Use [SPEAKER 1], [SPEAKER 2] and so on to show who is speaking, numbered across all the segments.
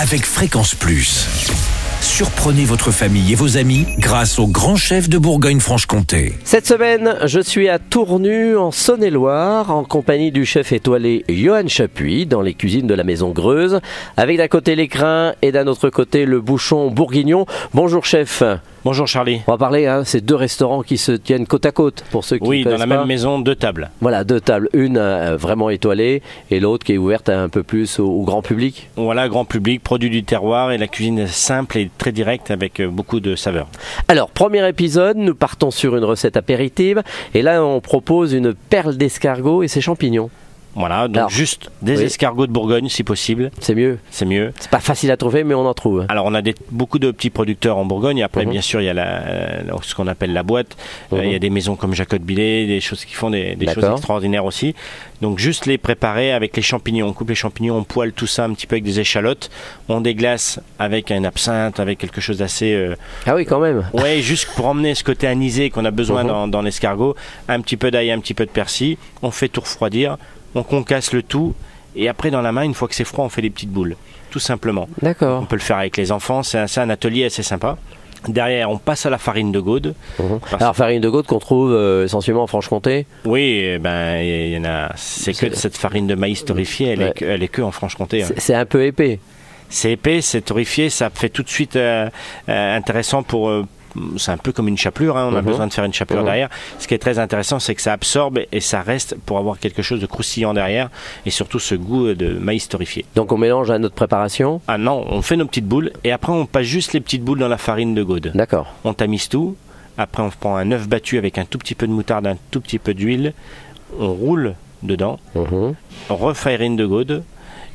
[SPEAKER 1] avec Fréquence Plus. Surprenez votre famille et vos amis grâce au grand chef de Bourgogne-Franche-Comté.
[SPEAKER 2] Cette semaine, je suis à Tournu, en Saône-et-Loire, en compagnie du chef étoilé Johan Chapuis, dans les cuisines de la Maison Greuze, avec d'un côté l'écrin et d'un autre côté le bouchon bourguignon. Bonjour chef
[SPEAKER 3] Bonjour Charlie.
[SPEAKER 2] on va parler, hein, ces deux restaurants qui se tiennent côte à côte, pour ceux qui
[SPEAKER 3] Oui,
[SPEAKER 2] ne
[SPEAKER 3] dans
[SPEAKER 2] connaissent
[SPEAKER 3] la
[SPEAKER 2] pas.
[SPEAKER 3] même maison, deux tables.
[SPEAKER 2] Voilà, deux tables, une euh, vraiment étoilée et l'autre qui est ouverte un peu plus au, au grand public.
[SPEAKER 3] Voilà, grand public, produit du terroir et la cuisine est simple et très directe avec euh, beaucoup de saveurs.
[SPEAKER 2] Alors, premier épisode, nous partons sur une recette apéritive et là on propose une perle d'escargot et ses champignons.
[SPEAKER 3] Voilà, donc
[SPEAKER 2] Alors,
[SPEAKER 3] juste des
[SPEAKER 2] oui.
[SPEAKER 3] escargots de Bourgogne si possible,
[SPEAKER 2] C'est mieux.
[SPEAKER 3] c'est mieux.
[SPEAKER 2] C'est pas facile à trouver, mais on en trouve.
[SPEAKER 3] Alors on a des- beaucoup de petits producteurs en Bourgogne. Et Après,
[SPEAKER 2] Mhm.
[SPEAKER 3] bien sûr, il y a la, euh, ce qu'on appelle la boîte. Euh,
[SPEAKER 2] Mhm.
[SPEAKER 3] il y a des maisons comme Jacob Billet, des choses qui font des, des choses
[SPEAKER 2] D'accord.
[SPEAKER 3] extraordinaires aussi. Donc juste les préparer avec les champignons. On coupe les champignons, on poêle tout ça un petit peu avec des échalotes. On déglace avec un absinthe, avec quelque chose d'assez... euh,
[SPEAKER 2] Ah oui, quand même.
[SPEAKER 3] Ouais, juste pour emmener ce côté anisé qu'on a besoin
[SPEAKER 2] Mhm.
[SPEAKER 3] dans, dans l'escargot, un petit peu d'ail, un petit peu de persil, on fait tout refroidir, on concasse le tout, et après dans la main, une fois que c'est froid, on fait des petites boules, tout simplement. On
[SPEAKER 2] D'accord.
[SPEAKER 3] peut le faire avec les enfants, c'est un, c'est un atelier assez sympa. Derrière, on passe à la farine de Gaude. Parce-
[SPEAKER 2] Alors, farine de Gaude qu'on trouve euh, essentiellement en Franche-Comté.
[SPEAKER 3] Oui, eh ben, il y en a. C'est que de cette farine de maïs torréfiée, elle,
[SPEAKER 2] Ouais.
[SPEAKER 3] est, que- elle est que en Franche-Comté. hein.
[SPEAKER 2] C'est c'est un peu épais.
[SPEAKER 3] C'est épais, c'est torréfié, ça fait tout de suite euh, euh, intéressant pour. euh, c'est un peu comme une chapelure, hein, on a
[SPEAKER 2] Mhm.
[SPEAKER 3] besoin de faire une chapelure
[SPEAKER 2] Mhm.
[SPEAKER 3] derrière. Ce qui est très intéressant, c'est que ça absorbe et ça reste pour avoir quelque chose de croustillant derrière et surtout ce goût euh, de maïs torréfié.
[SPEAKER 2] Donc, on mélange à notre préparation.
[SPEAKER 3] Ah non, on fait nos petites boules et après on passe juste les petites boules dans la farine de Gaude.
[SPEAKER 2] D'accord.
[SPEAKER 3] On tamise tout, après on prend un œuf battu avec un tout petit peu de moutarde, un tout petit peu d'huile, on roule dedans,
[SPEAKER 2] Mhm.
[SPEAKER 3] on refarine de Gaude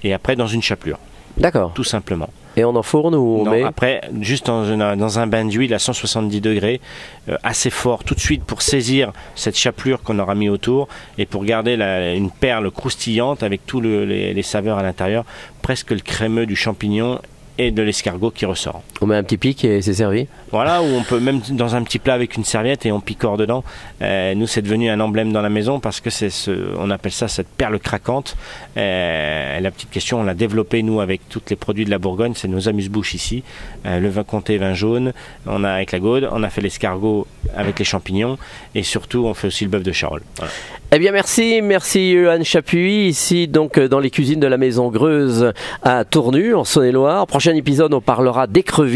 [SPEAKER 3] et après dans une chapelure,
[SPEAKER 2] D'accord.
[SPEAKER 3] tout simplement.
[SPEAKER 2] Et on enfourne ou on
[SPEAKER 3] Non, ah.
[SPEAKER 2] met
[SPEAKER 3] Après, juste dans, une- dans un bain d'huile à 170 degrés, euh, assez fort, tout de suite pour saisir cette chapelure qu'on aura mis autour et pour garder la- une perle croustillante avec tous le- les, les saveurs à l'intérieur, presque le crémeux du champignon et de l'escargot qui ressort.
[SPEAKER 2] on met un petit pic et c'est servi.
[SPEAKER 3] Voilà, où on peut même dans un petit plat avec une serviette et on picore dedans. Euh, nous, c'est devenu un emblème dans la maison parce que c'est ce, on appelle ça cette perle craquante. Euh, la petite question, on l'a développée nous avec tous les produits de la Bourgogne, c'est nos amuse-bouches ici. Euh, le vin comté, vin jaune, on a avec la gaude, on a fait l'escargot avec les champignons et surtout, on fait aussi le bœuf de Charolles. Voilà.
[SPEAKER 2] Eh bien, merci, merci Johan Chapuis, ici donc euh, dans les cuisines de la Maison Greuze à Tournu, en Saône-et-Loire. Prochain épisode, on parlera d'écrevisses.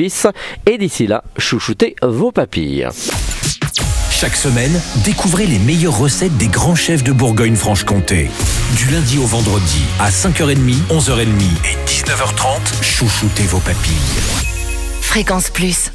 [SPEAKER 2] Et d'ici là, chouchoutez vos papilles.
[SPEAKER 1] Chaque semaine, découvrez les meilleures recettes des grands chefs de Bourgogne-Franche-Comté. Du lundi au vendredi, à 5h30, 11h30 et 19h30, chouchoutez vos papilles.
[SPEAKER 4] Fréquence Plus.